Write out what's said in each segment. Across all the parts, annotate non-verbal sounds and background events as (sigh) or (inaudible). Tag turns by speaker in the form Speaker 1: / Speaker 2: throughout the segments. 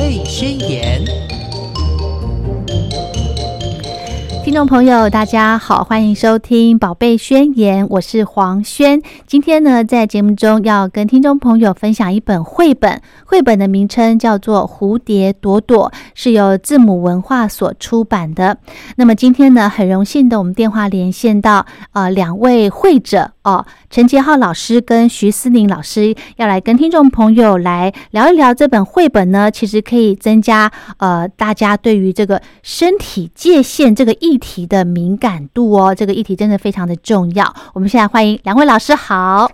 Speaker 1: 类宣言》。
Speaker 2: 听众朋友，大家好，欢迎收听《宝贝宣言》，我是黄轩。今天呢，在节目中要跟听众朋友分享一本绘本，绘本的名称叫做《蝴蝶朵朵》，是由字母文化所出版的。那么今天呢，很荣幸的，我们电话连线到呃两位会者哦，陈杰浩老师跟徐思宁老师，要来跟听众朋友来聊一聊这本绘本呢，其实可以增加呃大家对于这个身体界限这个议题的敏感度哦，这个议题真的非常的重要。我们现在欢迎两位老师好，
Speaker 3: (laughs)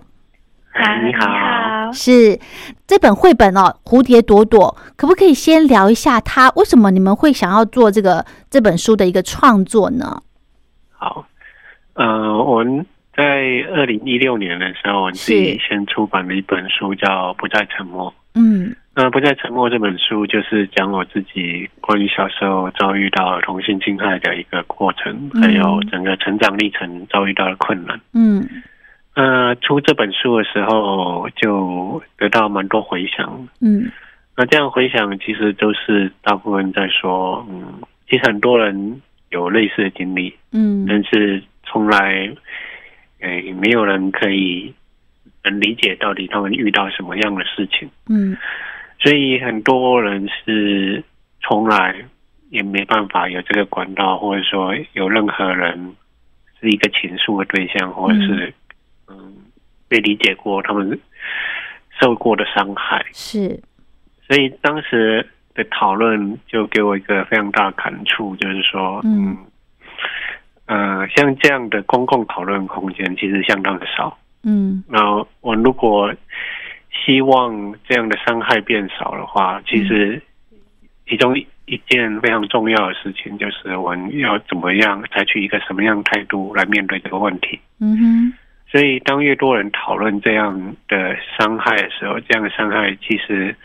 Speaker 4: 嗨
Speaker 3: 哎你好
Speaker 2: 是这本绘本哦，《蝴蝶朵朵》，可不可以先聊一下它为什么你们会想要做这个这本书的一个创作呢？
Speaker 3: 好，呃，我们在二零一六年的时候，我自己
Speaker 2: 是
Speaker 3: 先出版了一本书，叫《不再沉默》。
Speaker 2: 嗯
Speaker 3: 那《不再沉默》这本书就是讲我自己关于小时候遭遇到同性侵害的一个过程，
Speaker 2: 嗯
Speaker 3: 还有整个成长历程遭遇到的困难。
Speaker 2: 嗯
Speaker 3: 那出这本书的时候，就得到蛮多回响。
Speaker 2: 嗯
Speaker 3: 那这样回想，其实都是大部分在说，嗯，其实很多人有类似的经历，
Speaker 2: 嗯
Speaker 3: 但是从来，诶、没有人可以能理解到底他们遇到什么样的事情，
Speaker 2: 嗯
Speaker 3: 所以很多人是从来也没办法有这个管道，或者说有任何人是一个倾诉的对象，或者是嗯被理解过他们受过的伤害，
Speaker 2: 是
Speaker 3: 所以当时的讨论就给我一个非常大的感触，就是说，
Speaker 2: 嗯
Speaker 3: 嗯，呃，像这样的公共讨论空间其实相当的少。
Speaker 2: 嗯
Speaker 3: 那我如果希望这样的伤害变少的话，其实其中一件非常重要的事情就是我们要怎么样采取一个什么样的态度来面对这个问题。
Speaker 2: 嗯哼
Speaker 3: 所以，当越多人讨论这样的伤害的时候，这样的伤害其实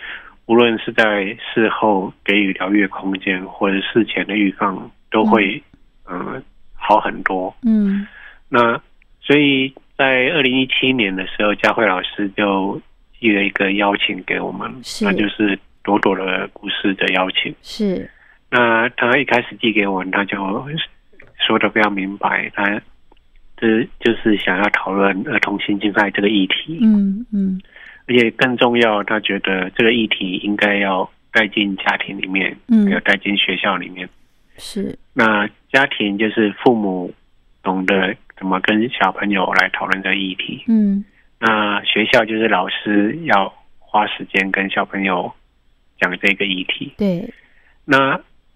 Speaker 3: 无论是在事后给予疗愈空间，或者事前的预防，都会嗯、呃好很多。
Speaker 2: 嗯
Speaker 3: 那所以在二零一七年的时候，佳慧老师就寄了一个邀请给我们，
Speaker 2: 是
Speaker 3: 那就是朵朵的故事的邀请。
Speaker 2: 是
Speaker 3: 那他一开始寄给我，他就说的非常明白，他这就是想要讨论儿童性侵害这个议题，
Speaker 2: 嗯嗯
Speaker 3: 而且更重要，他觉得这个议题应该要带进家庭里面，还有
Speaker 2: 嗯
Speaker 3: 带进学校里面。
Speaker 2: 是
Speaker 3: 那家庭就是父母懂得怎么跟小朋友来讨论这个议题，
Speaker 2: 嗯
Speaker 3: 那学校就是老师要花时间跟小朋友讲这个议题。
Speaker 2: 对
Speaker 3: 那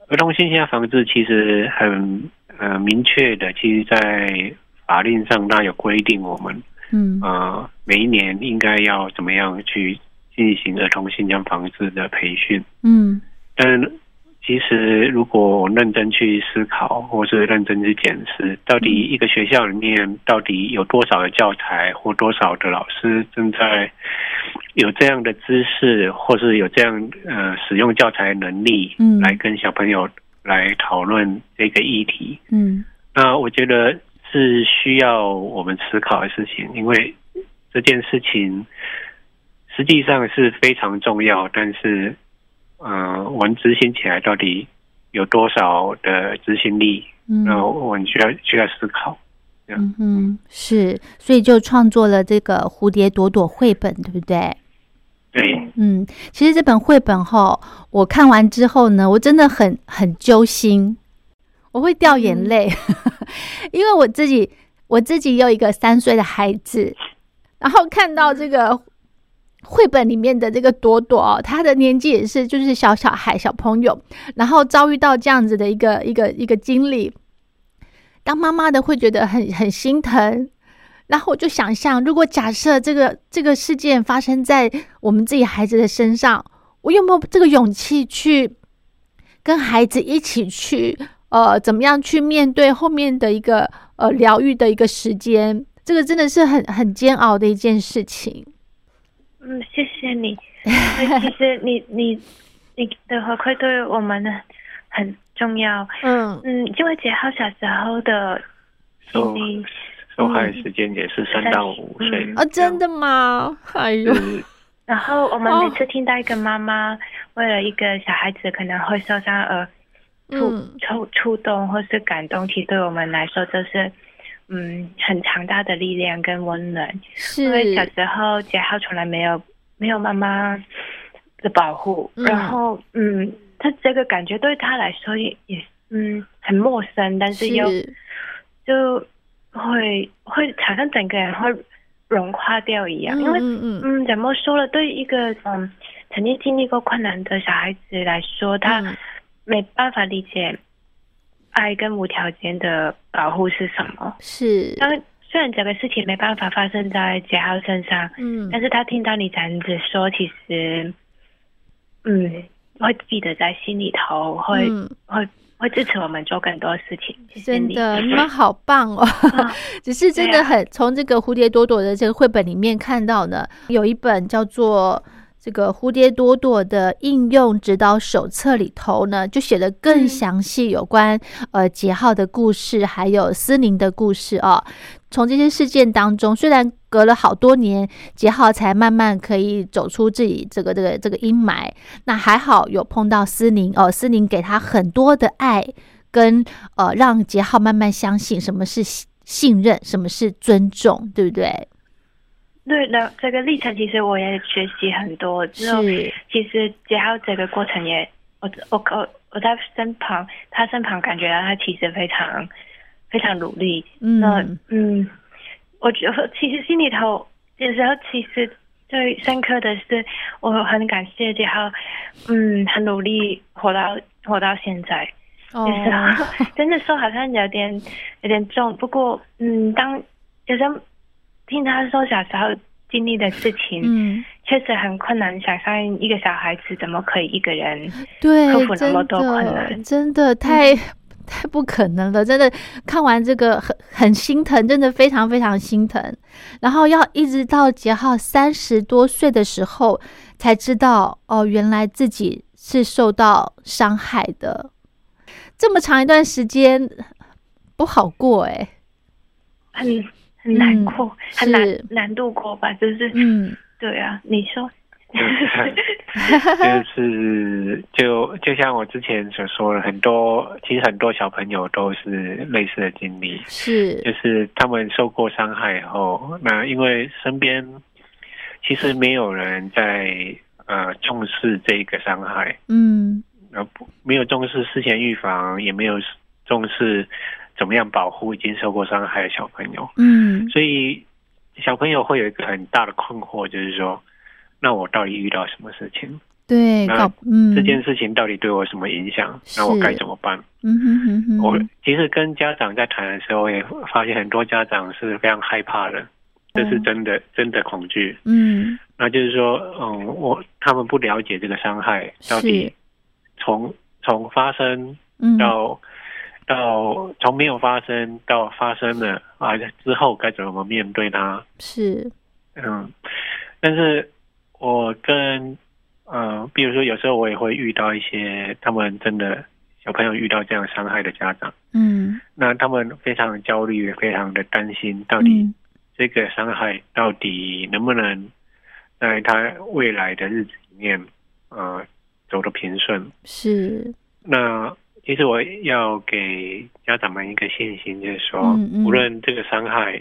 Speaker 3: 儿童性侵害防治其实很呃明确的，其实在法令上它有规定，我们
Speaker 2: 嗯
Speaker 3: 呃每一年应该要怎么样去进行儿童性侵害防治的培训。
Speaker 2: 嗯
Speaker 3: 但其实如果我认真去思考，或是认真去检视，到底一个学校里面到底有多少的教材或多少的老师正在有这样的知识，或是有这样呃使用教材能力，
Speaker 2: 嗯
Speaker 3: 来跟小朋友来讨论这个议题。
Speaker 2: 嗯
Speaker 3: 那我觉得是需要我们思考的事情，因为这件事情实际上是非常重要，但是，嗯、我们执行起来到底有多少的执行力？
Speaker 2: 嗯
Speaker 3: 那我们需要需要思考。
Speaker 2: 嗯哼是，所以就创作了这个蝴蝶朵朵绘本，对不对？
Speaker 3: 对，
Speaker 2: 嗯，其实这本绘本哈，我看完之后呢，我真的很很揪心，我会掉眼泪， (laughs) 因为我自己我自己有一个三岁的孩子，然后看到这个绘本里面的这个朵朵哦，她的年纪也是就是小小孩小朋友，然后遭遇到这样子的一个一个一个经历，当妈妈的会觉得很很心疼。然后我就想象，如果假设这个这个事件发生在我们自己孩子的身上，我有没有这个勇气去跟孩子一起去呃，怎么样去面对后面的一个呃疗愈的一个时间？这个真的是很很煎熬的一件事情。
Speaker 4: 嗯，谢谢
Speaker 3: (laughs)
Speaker 4: 你。呃其实你你你的回馈对我们很重要。
Speaker 2: 嗯
Speaker 4: 嗯，因为杰浩小时候的经
Speaker 3: 受
Speaker 4: 历，
Speaker 3: 受害时间也是三到五岁
Speaker 4: 嗯
Speaker 2: 哦啊，真的吗？哎呦，
Speaker 3: 是
Speaker 4: 然后我们
Speaker 1: 哦
Speaker 4: 每次听到一个妈妈为了一个小孩子可能会受伤而触
Speaker 1: 嗯
Speaker 4: 触触动或是感动，其实对我们来说就是嗯很强大的力量跟温暖。因为小
Speaker 1: 是，
Speaker 4: 时候杰浩从来没有没有妈妈的保护，
Speaker 1: 嗯
Speaker 4: 然后嗯，他这个感觉对他来说也也嗯很陌生，但是又
Speaker 1: 是，
Speaker 4: 就会会好像整个人会融化掉一样，
Speaker 1: 嗯
Speaker 4: 因为
Speaker 1: 嗯嗯
Speaker 4: 嗯怎么说了，对一个嗯曾经经历过困难的小孩子来说，他
Speaker 1: 嗯
Speaker 4: 没办法理解爱跟无条件的保护是什么。
Speaker 1: 是，
Speaker 4: 当虽然这个事情没办法发生在杰浩身上，
Speaker 1: 嗯
Speaker 4: 但是他听到你这样子说，其实，嗯，会记得在心里头，会、
Speaker 1: 嗯
Speaker 4: 会会支持我们做更多事情。谢谢
Speaker 1: 真
Speaker 4: 你
Speaker 1: 的，你们好棒哦！只是真的
Speaker 4: 对啊
Speaker 2: 很从这个蝴蝶朵朵的这个绘本里面看到呢，有一本叫做《这个蝴蝶朵朵的应用指导手册》里头呢，就写的更
Speaker 1: 嗯
Speaker 2: 详细有关、呃杰浩的故事，还有思宁的故事哦。从这些事件当中，虽然隔了好多年，杰浩才慢慢可以走出自己这个这个这个阴霾。那还好有碰到思宁哦，思宁给他很多的爱，跟呃让杰浩慢慢相信什么是信信任，什么是尊重，对不对？
Speaker 4: 对的，这个历程其实我也学习很多。之后，
Speaker 2: 是
Speaker 4: 其实杰浩这个过程也，我我我我在身旁，他身旁感觉到他其实非常非常努力。那
Speaker 2: 嗯，
Speaker 4: 嗯，我觉得其实心里头有时候其实最深刻的是，我很感谢杰浩，嗯，很努力活到活到现在。
Speaker 2: 哦
Speaker 4: 有时候真的说好像有点有点重，不过嗯，当有时候听他说小时候经历的事情，
Speaker 2: 嗯，
Speaker 4: 确实很困难。想象一个小孩子怎么可以一个人？
Speaker 2: 对
Speaker 4: 克，服
Speaker 2: 真
Speaker 4: 那么多困
Speaker 2: 的
Speaker 4: 难嗯
Speaker 2: 真的太、太不可能了，真的看完这个很很心疼，真的非常非常心疼。然后要一直到杰浩三十多岁的时候，才知道哦，原来自己是受到伤害的。这么长一段时间不好过哎、
Speaker 4: 很很难
Speaker 2: 嗯
Speaker 4: 过，很难
Speaker 2: 是
Speaker 4: 难度过吧？就是、
Speaker 2: 嗯，
Speaker 4: 对啊，你说
Speaker 3: 就是就就像我之前所说的，很多其实很多小朋友都是类似的经历，就是是他们受过伤害后，那因为身边其实没有人在呃重视这个伤害，
Speaker 2: 嗯
Speaker 3: 呃不没有重视事前预防，也没有重视怎么样保护已经受过伤害的小朋友，
Speaker 2: 嗯
Speaker 3: 所以小朋友会有一个很大的困惑，就是说，那我到底遇到什么事情？
Speaker 2: 对，
Speaker 3: 那
Speaker 2: 搞嗯
Speaker 3: 这件事情到底对我有什么影响？
Speaker 2: 是
Speaker 3: 那我该怎么办？
Speaker 2: 嗯哼哼哼，
Speaker 3: 我其实跟家长在谈的时候，也发现很多家长是非常害怕的，这是真的真的恐惧。
Speaker 2: 嗯
Speaker 3: 那就是说，嗯，我他们不了解这个伤害到底
Speaker 2: 是
Speaker 3: 从从发生
Speaker 2: 嗯
Speaker 3: 到到从没有发生到发生了啊之后该怎么面对它？
Speaker 2: 是
Speaker 3: 嗯，但是我跟呃，比如说有时候我也会遇到一些他们真的小朋友遇到这样伤害的家长，
Speaker 2: 嗯
Speaker 3: 那他们非常焦虑，也非常的担心，到底
Speaker 2: 嗯
Speaker 3: 这个伤害到底能不能在他未来的日子里面呃走得平顺？
Speaker 2: 是
Speaker 3: 那其实我要给家长们一个信心，就是说，
Speaker 2: 嗯嗯
Speaker 3: 无论这个伤害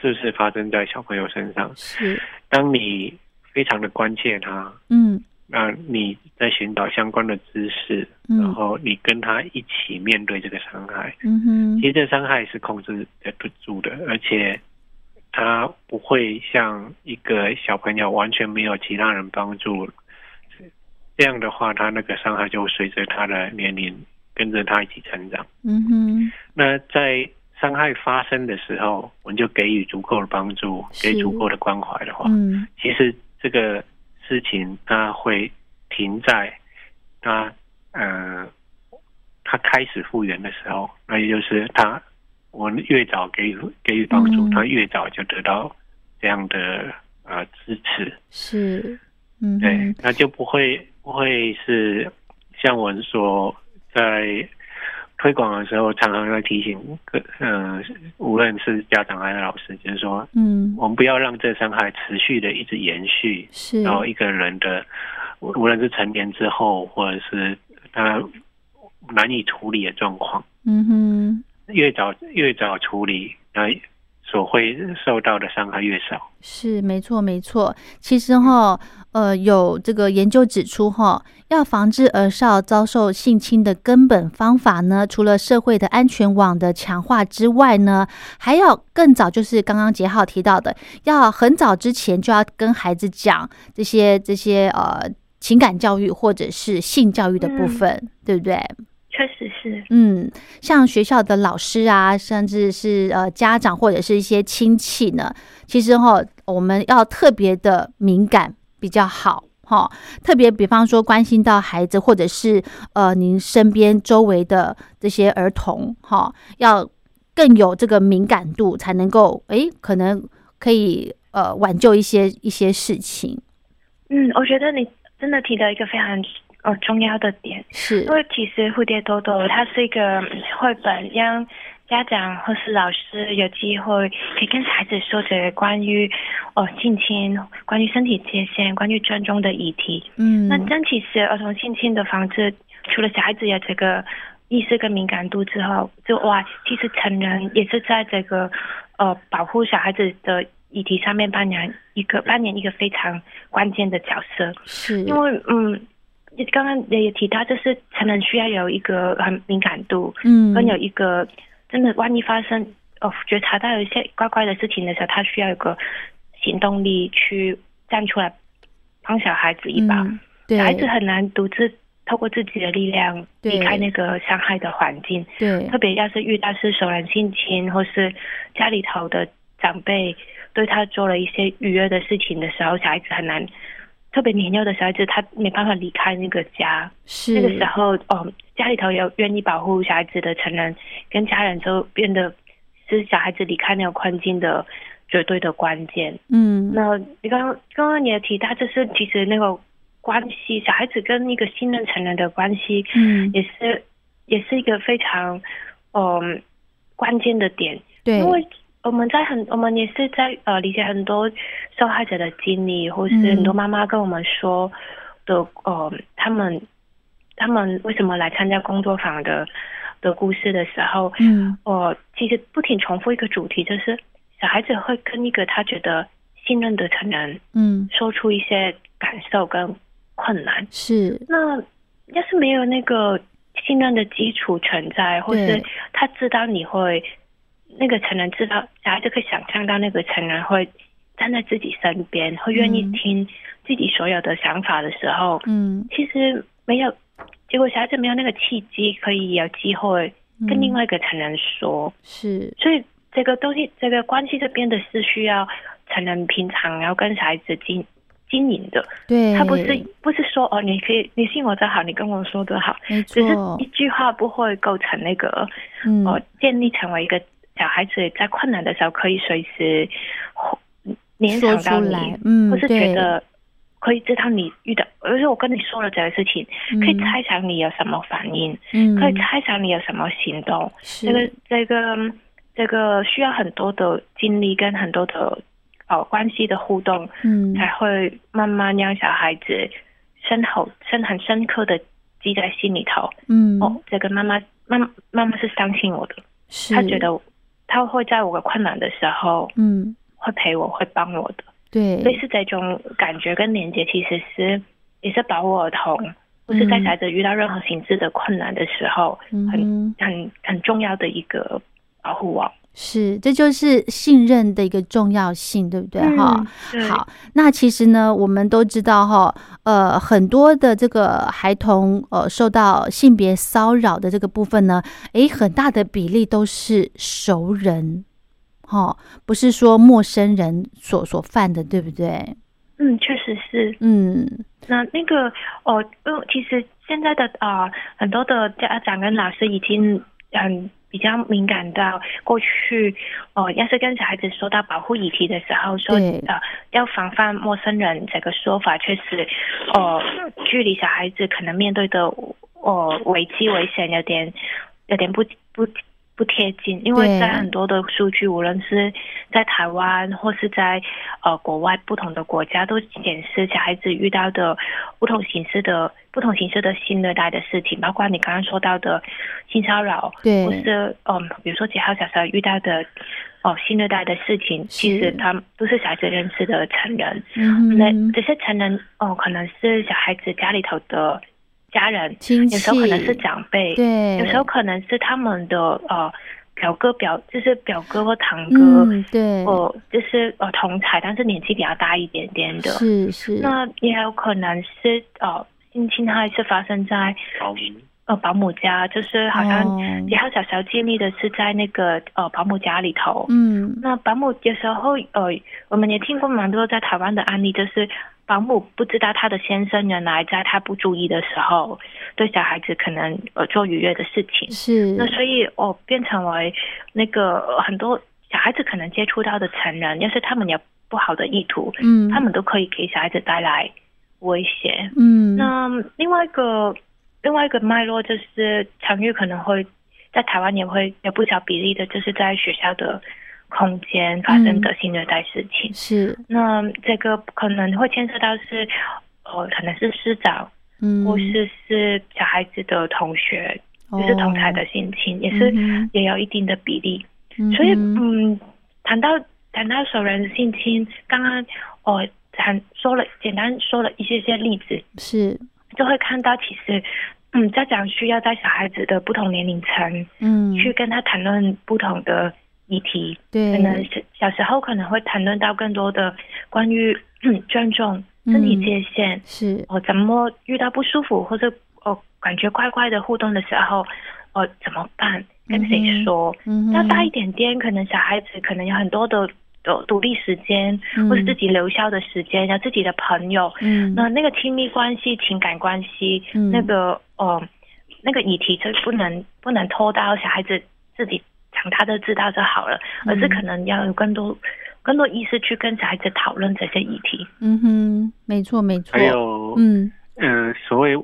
Speaker 3: 是不是发生在小朋友身上，
Speaker 2: 是
Speaker 3: 当你非常的关切他，
Speaker 2: 嗯
Speaker 3: 那你在寻找相关的知识，然
Speaker 2: 嗯
Speaker 3: 后你跟他一起面对这个伤害。
Speaker 2: 嗯哼
Speaker 3: 其实这伤害是控制得不住的，而且他不会像一个小朋友完全没有其他人帮助，这样的话，他那个伤害就会随着他的年龄跟着他一起成长。
Speaker 2: 嗯哼
Speaker 3: 那在伤害发生的时候，我们就给予足够的帮助，
Speaker 2: 是
Speaker 3: 给予足够的关怀的话，
Speaker 2: 嗯
Speaker 3: 其实这个事情它会停在它呃它开始复原的时候，那也就是它我们越早给予给予帮助，
Speaker 2: 嗯
Speaker 3: 它越早就得到这样的呃支持，
Speaker 2: 是嗯
Speaker 3: 对，
Speaker 2: 哼
Speaker 3: 那就不会不会是像我们说在推广的时候，常常会提醒各呃，无论是家长还是老师，就是说，
Speaker 2: 嗯，
Speaker 3: 我们不要让这伤害持续的一直延续，
Speaker 2: 是，
Speaker 3: 然后一个人的无无论是成年之后，或者是他难以处理的状况，
Speaker 2: 嗯哼，
Speaker 3: 越早越早处理，那所会受到的伤害越少。
Speaker 2: 是没错没错。其实哈，呃，有这个研究指出哈，要防治儿少遭受性侵的根本方法呢，除了社会的安全网的强化之外呢，还要更早，就是刚刚杰浩提到的，要很早之前就要跟孩子讲这些这些呃情感教育或者是性教育的部
Speaker 4: 嗯
Speaker 2: 分，对不对？
Speaker 4: 确实是，
Speaker 2: 嗯，像学校的老师啊，甚至是呃家长或者是一些亲戚呢，其实哈，我们要特别的敏感比较好哈。特别比方说关心到孩子，或者是呃您身边周围的这些儿童哈，要更有这个敏感度，才能够诶可能可以呃挽救一些一些事情。
Speaker 4: 嗯，我觉得你真的提到一个非常呃重要的点，
Speaker 2: 是
Speaker 4: 因，为其实蝴蝶朵朵它是一个绘本，让家长或是老师有机会可以跟孩子说些关于呃性侵、关于身体界限、关于尊重的议题。
Speaker 2: 嗯
Speaker 4: 那但其实儿童性侵的防治，除了小孩子有这个意识跟敏感度之后，就哇，其实成人也是在这个呃保护小孩子的议题上面扮演一个扮演一个非常关键的角色。
Speaker 2: 是，
Speaker 4: 因为嗯，也刚刚也有提到，就是成人需要有一个很敏感度，
Speaker 2: 嗯
Speaker 4: 跟有一个真的万一发生哦，觉察到有一些怪怪的事情的时候，他需要有个行动力去站出来帮小孩子一把。
Speaker 2: 嗯对
Speaker 4: 小孩子很难独自透过自己的力量
Speaker 2: 对
Speaker 4: 离开那个伤害的环境，
Speaker 2: 对
Speaker 4: 特别要是遇到是熟人性侵或是家里头的长辈对他做了一些愉悦的事情的时候，小孩子很难，特别年幼的小孩子他没办法离开那个家，
Speaker 2: 是
Speaker 4: 那个时候哦，家里头有愿意保护小孩子的成人跟家人就变得是小孩子离开那个困境的绝对的关键。
Speaker 2: 嗯
Speaker 4: 那你刚刚刚刚你也提到，就是其实那个关系，小孩子跟一个信任成人的关系， (laughs)
Speaker 2: 嗯
Speaker 4: 也是也是一个非常嗯、关键的点，
Speaker 2: 对
Speaker 4: 因为我们在很我们也是在呃理解很多受害者的经历，或是很多
Speaker 2: 嗯
Speaker 4: 妈妈跟我们说的，呃，他们他们为什么来参加工作坊的的故事的时候，
Speaker 2: 嗯
Speaker 4: 我其实不停重复一个主题，就是小孩子会跟一个他觉得信任的成人
Speaker 2: 嗯
Speaker 4: 说出一些感受跟困难。
Speaker 2: 是
Speaker 4: 那要是没有那个信任的基础存在，或是
Speaker 2: 对
Speaker 4: 他知道你会，那个成人知道，小孩子可以想象到那个成人会站在自己身边，会愿意
Speaker 2: 嗯
Speaker 4: 听自己所有的想法的时候，
Speaker 2: 嗯
Speaker 4: 其实没有，结果小孩子没有那个契机，可以有机会跟另
Speaker 2: 嗯
Speaker 4: 外一个成人说。
Speaker 2: 是
Speaker 4: 所以这个东西，这个关系这边的是需要成人平常要跟小孩子经经营的，
Speaker 2: 对，
Speaker 4: 他不是不是说哦，你可以你信我的好，你跟我说的好，
Speaker 2: 没
Speaker 4: 只是
Speaker 2: 错
Speaker 4: 一，句话不会构成那个
Speaker 2: 嗯
Speaker 4: 哦，建立成为一个小孩子在困难的时候可以随时联
Speaker 2: 说
Speaker 4: 想到
Speaker 2: 出
Speaker 4: 你，
Speaker 2: 来，嗯
Speaker 4: 或是觉
Speaker 2: 对，
Speaker 4: 得。可以知道你遇到，而且我跟你说了这个事情，可以
Speaker 2: 嗯
Speaker 4: 猜想你有什么反应，
Speaker 2: 嗯
Speaker 4: 可以猜想你有什么行动，
Speaker 2: 是
Speaker 4: 这个这个嗯这个需要很多的经历跟很多的呃关系的互动，
Speaker 2: 嗯
Speaker 4: 才会慢慢让小孩子深厚深很深刻的记在心里头。
Speaker 2: 嗯
Speaker 4: 哦，这个妈妈妈妈妈妈是相信我的，
Speaker 2: 是
Speaker 4: 她觉得她会在我困难的时候
Speaker 2: 嗯
Speaker 4: 会陪我，会帮我的。
Speaker 2: 对
Speaker 4: 类似这种感觉跟连接，其实是也是保护儿童，或是在
Speaker 2: 嗯
Speaker 4: 小孩子遇到任何形式的困难的时候，
Speaker 2: 嗯哼
Speaker 4: 很很很重要的一个保护网。
Speaker 2: 是，这就是信任的一个重要性，对不对哈？
Speaker 4: 嗯，对
Speaker 2: 好，那其实呢，我们都知道哈，呃，很多的这个孩童呃受到性别骚扰的这个部分呢，诶，很大的比例都是熟人，哈、不是说陌生人所所犯的，对不对？
Speaker 4: 嗯，确实是。
Speaker 2: 嗯，
Speaker 4: 那那个哦，因为其实现在的啊、呃很多的家长跟老师已经很比较敏感到过去哦、呃要是跟小孩子说到保护议题的时候，说
Speaker 2: 对
Speaker 4: 呃要防范陌生人这个说法，确实哦、呃距离小孩子可能面对的哦、危机危险有点有点不不不贴近，因为
Speaker 2: 对
Speaker 4: 在很多的数据，无论是在台湾或是在呃国外不同的国家，都显示小孩子遇到的不同形式的不同形式的性虐待的事情，包括你刚刚说到的性骚扰，
Speaker 2: 对
Speaker 4: 或是嗯，比如说几号小时遇到的哦、性虐待的事情，其
Speaker 2: 是
Speaker 4: 实他们都是小孩子认识的成人，
Speaker 2: 嗯
Speaker 4: 那
Speaker 2: 哼，
Speaker 4: 这些成人哦、可能是小孩子家里头的家人，
Speaker 2: 亲戚
Speaker 4: 有时候可能是长辈，
Speaker 2: 对，
Speaker 4: 有时候可能是他们的呃表哥表，就是表哥或堂哥，
Speaker 2: 嗯对，
Speaker 4: 哦、就是呃同才，但是年纪比较大一点点的。
Speaker 2: 是是，
Speaker 4: 那也有可能是呃性侵害是发生在
Speaker 3: 保姆
Speaker 4: 呃保姆家，就是好像
Speaker 2: 哦
Speaker 4: 比较小小经历的是在那个呃保姆家里头，
Speaker 2: 嗯
Speaker 4: 那保姆有时候，呃，我们也听过蛮多在台湾的案例，就是保姆不知道她的先生原来在她不注意的时候，对小孩子可能呃做愉悦的事情。
Speaker 2: 是
Speaker 4: 那所以哦，变成为那个呃很多小孩子可能接触到的成人，要是他们有不好的意图，
Speaker 2: 嗯
Speaker 4: 他们都可以给小孩子带来威胁。
Speaker 2: 嗯
Speaker 4: 那另外一个另外一个脉络就是常遇可能会在台湾也会有不小比例的，就是在学校的空间发生的性虐待事情。
Speaker 2: 是
Speaker 4: 那这个可能会牵涉到是，呃，可能是师长，
Speaker 2: 嗯
Speaker 4: 或是是小孩子的同学，就是同台的性侵，也是
Speaker 2: 嗯哼
Speaker 4: 也有一定的比例。
Speaker 2: 哦
Speaker 4: 所以，
Speaker 2: 嗯哼
Speaker 4: 嗯，谈到谈到熟人性侵，刚刚我谈说了简单说了一些些例子，
Speaker 2: 是
Speaker 4: 就会看到其实，嗯，家长需要在小孩子的不同年龄层、
Speaker 2: 嗯
Speaker 4: 去跟他谈论不同的议题，可能
Speaker 2: 对
Speaker 4: 是小时候可能会谈论到更多的关于嗯尊重、身体界限，
Speaker 2: 是
Speaker 4: 哦、怎么遇到不舒服或者哦感觉怪怪的互动的时候，哦怎么办？跟谁说？
Speaker 2: 嗯
Speaker 4: 到
Speaker 2: 哼
Speaker 4: 大一点点，可能小孩子可能有很多的呃独立时间，
Speaker 2: 嗯
Speaker 4: 或是自己留校的时间，有自己的朋友，
Speaker 2: 嗯
Speaker 4: 那那个亲密关系、情感关系，
Speaker 2: 嗯
Speaker 4: 那个呃，那个议题就不能不能拖到小孩子自己长大就知道就好了，
Speaker 2: 嗯
Speaker 4: 而是可能要有更多更多意识去跟小孩子讨论这些议题。
Speaker 2: 嗯哼没错没错
Speaker 3: 还有
Speaker 2: 嗯
Speaker 3: 嗯、呃所谓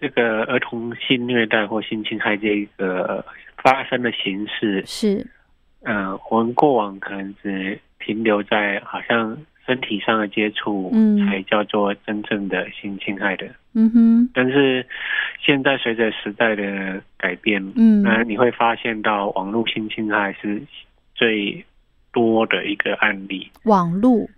Speaker 3: 这个儿童性虐待或性侵害这个发生的形式，
Speaker 2: 是
Speaker 3: 嗯，我们过往可能只停留在好像身体上的接触，
Speaker 2: 嗯
Speaker 3: 才叫做真正的性侵害的。
Speaker 2: 嗯哼
Speaker 3: 但是现在随着时代的改变，
Speaker 2: 嗯
Speaker 3: 那你会发现到网络性侵害是最多的一个案例。
Speaker 2: 网路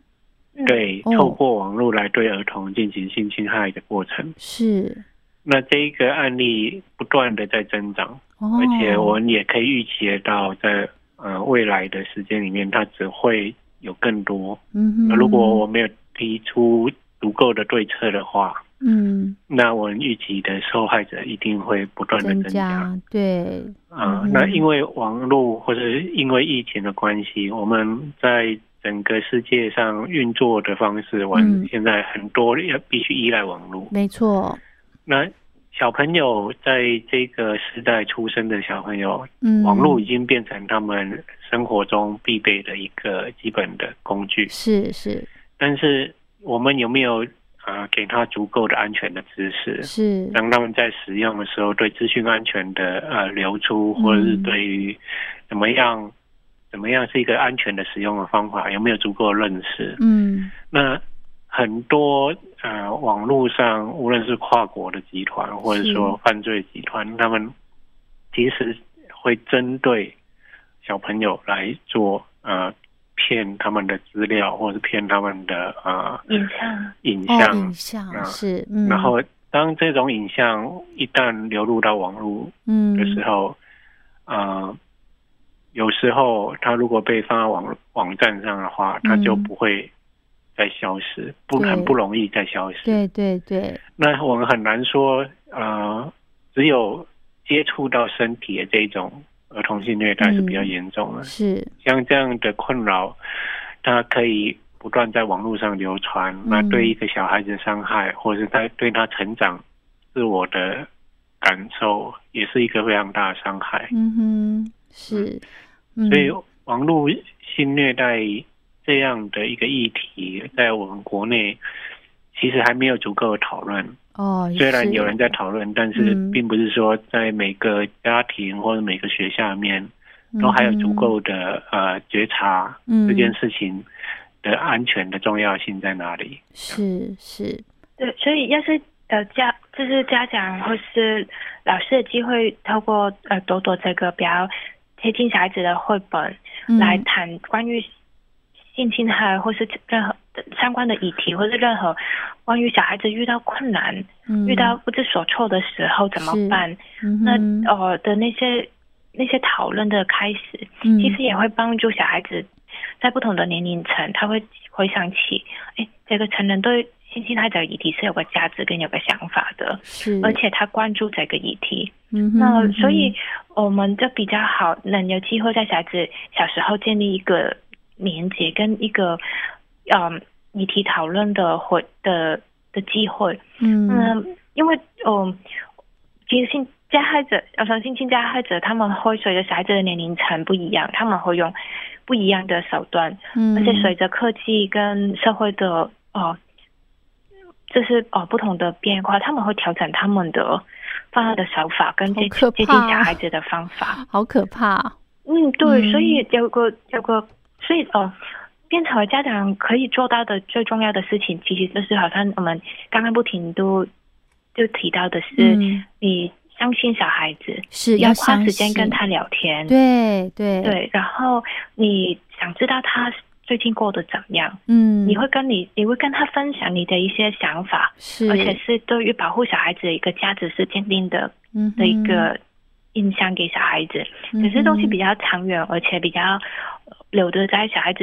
Speaker 4: 嗯，
Speaker 3: 对，
Speaker 2: 哦
Speaker 3: 透过网络来对儿童进行性侵害的过程，
Speaker 2: 是
Speaker 3: 那这一个案例不断的在增长。
Speaker 2: 哦
Speaker 3: 而且我们也可以预期得到在，呃未来的时间里面，它只会有更多。
Speaker 2: 嗯哼
Speaker 3: 那如果我没有提出足够的对策的话，
Speaker 2: 嗯
Speaker 3: 那我们预期的受害者一定会不断的
Speaker 2: 增
Speaker 3: 增加。
Speaker 2: 对
Speaker 3: 啊、
Speaker 2: 嗯
Speaker 3: 那因为网络或者是因为疫情的关系，我们在整个世界上运作的方式，我
Speaker 2: 嗯
Speaker 3: 们现在很多要必须依赖网络。
Speaker 2: 没错
Speaker 3: 那小朋友在这个时代出生的小朋友，
Speaker 2: 嗯
Speaker 3: 网络已经变成他们生活中必备的一个基本的工具，
Speaker 2: 是是
Speaker 3: 但是我们有没有呃给他足够的安全的知识，
Speaker 2: 是
Speaker 3: 让他们在使用的时候对资讯安全的呃流出，
Speaker 2: 嗯
Speaker 3: 或者是对于怎么样怎么样是一个安全的使用的方法，有没有足够的认识？
Speaker 2: 嗯
Speaker 3: 那很多呃网络上，无论是跨国的集团，或者说犯罪集团，他们其实会针对小朋友来做呃骗他们的资料，或者是骗他们的呃
Speaker 4: 影像，
Speaker 3: 影
Speaker 2: 哦
Speaker 3: 像，
Speaker 2: 影像
Speaker 3: 啊
Speaker 2: 是嗯
Speaker 3: 然后当这种影像一旦流入到网络
Speaker 2: 嗯
Speaker 3: 的时候，呃，有时候它如果被放在网网站上的话，它就
Speaker 2: 嗯
Speaker 3: 不会再消失，不
Speaker 2: 对
Speaker 3: 很不容易再消失。
Speaker 2: 对对对
Speaker 3: 那我们很难说，呃，只有接触到身体的这种儿童性虐待是比较
Speaker 2: 嗯
Speaker 3: 严重的，
Speaker 2: 是
Speaker 3: 像这样的困扰，它可以。不断在网络上流传，
Speaker 2: 嗯
Speaker 3: 那对一个小孩子的伤害，或者是他对他成长自我的感受，也是一个非常大的伤害。
Speaker 2: 嗯哼是嗯
Speaker 3: 所以网络性虐待这样的一个议题，在我们国内其实还没有足够的讨论，
Speaker 2: 哦，
Speaker 3: 虽然
Speaker 2: 是
Speaker 3: 有人在讨论，但是
Speaker 2: 嗯
Speaker 3: 并不是说在每个家庭或者每个学校里面都还有足够的呃觉察
Speaker 2: 嗯
Speaker 3: 这件事情的安全的重要性在哪里。
Speaker 2: 是是，
Speaker 4: 对，所以要是呃家就是家长或是老师有机会透过呃读读这个比较贴近小孩子的绘本来
Speaker 2: 嗯
Speaker 4: 谈关于性侵害或是任何相关的议题，或是任何关于小孩子遇到困难、遇到不知所措的时候怎
Speaker 2: 嗯是
Speaker 4: 么办，
Speaker 2: 嗯
Speaker 4: 那
Speaker 2: 嗯哼
Speaker 4: 呃的那些那些讨论的开始，
Speaker 2: 嗯
Speaker 4: 其实也会帮助小孩子在不同的年龄层，他会回想起，哎，这个成人对性侵害者议题是有个价值跟有个想法的，
Speaker 2: 嗯是，
Speaker 4: 而且他关注这个议题。
Speaker 2: 嗯哼
Speaker 4: 那
Speaker 2: 嗯
Speaker 4: 所以呃
Speaker 2: 哼
Speaker 4: 我们就比较好，能有机会在小孩子小时候建立一个连接跟一个嗯议题讨论的回的的机会。
Speaker 2: 嗯
Speaker 4: 嗯，因为嗯，其实性加害者，呃，像性侵加害者，他们会随着小孩子的年龄层不一样，他们会用不一样的手段，
Speaker 2: 嗯，
Speaker 4: 而且随着科技跟社会的呃，就是呃不同的变化，他们会调整他们的犯案的手法跟接
Speaker 2: 好可
Speaker 4: 接近
Speaker 2: 怕
Speaker 4: 小孩子的方法。
Speaker 2: (laughs) 好可怕，
Speaker 4: 嗯，对，所
Speaker 2: 嗯
Speaker 4: 以有个有个，所以呃，变成为家长可以做到的最重要的事情，其实就是好像我们刚刚不停都就提到的是，
Speaker 2: 嗯
Speaker 4: 你相信小孩子，
Speaker 2: 是
Speaker 4: 你
Speaker 2: 要
Speaker 4: 花
Speaker 2: 相
Speaker 4: 时间跟
Speaker 2: 信
Speaker 4: 他聊天，
Speaker 2: 对对，
Speaker 4: 对，然后你想知道他最近过得怎样，
Speaker 2: 嗯，
Speaker 4: 你会跟你你会跟他分享你的一些想法，
Speaker 2: 是，
Speaker 4: 而且是对于保护小孩子的一个价值是坚定的
Speaker 2: 嗯嗯
Speaker 4: 的一
Speaker 2: 哼，
Speaker 4: 个印象给小孩子。只是东西比较长远，而且比较呃留着在小孩子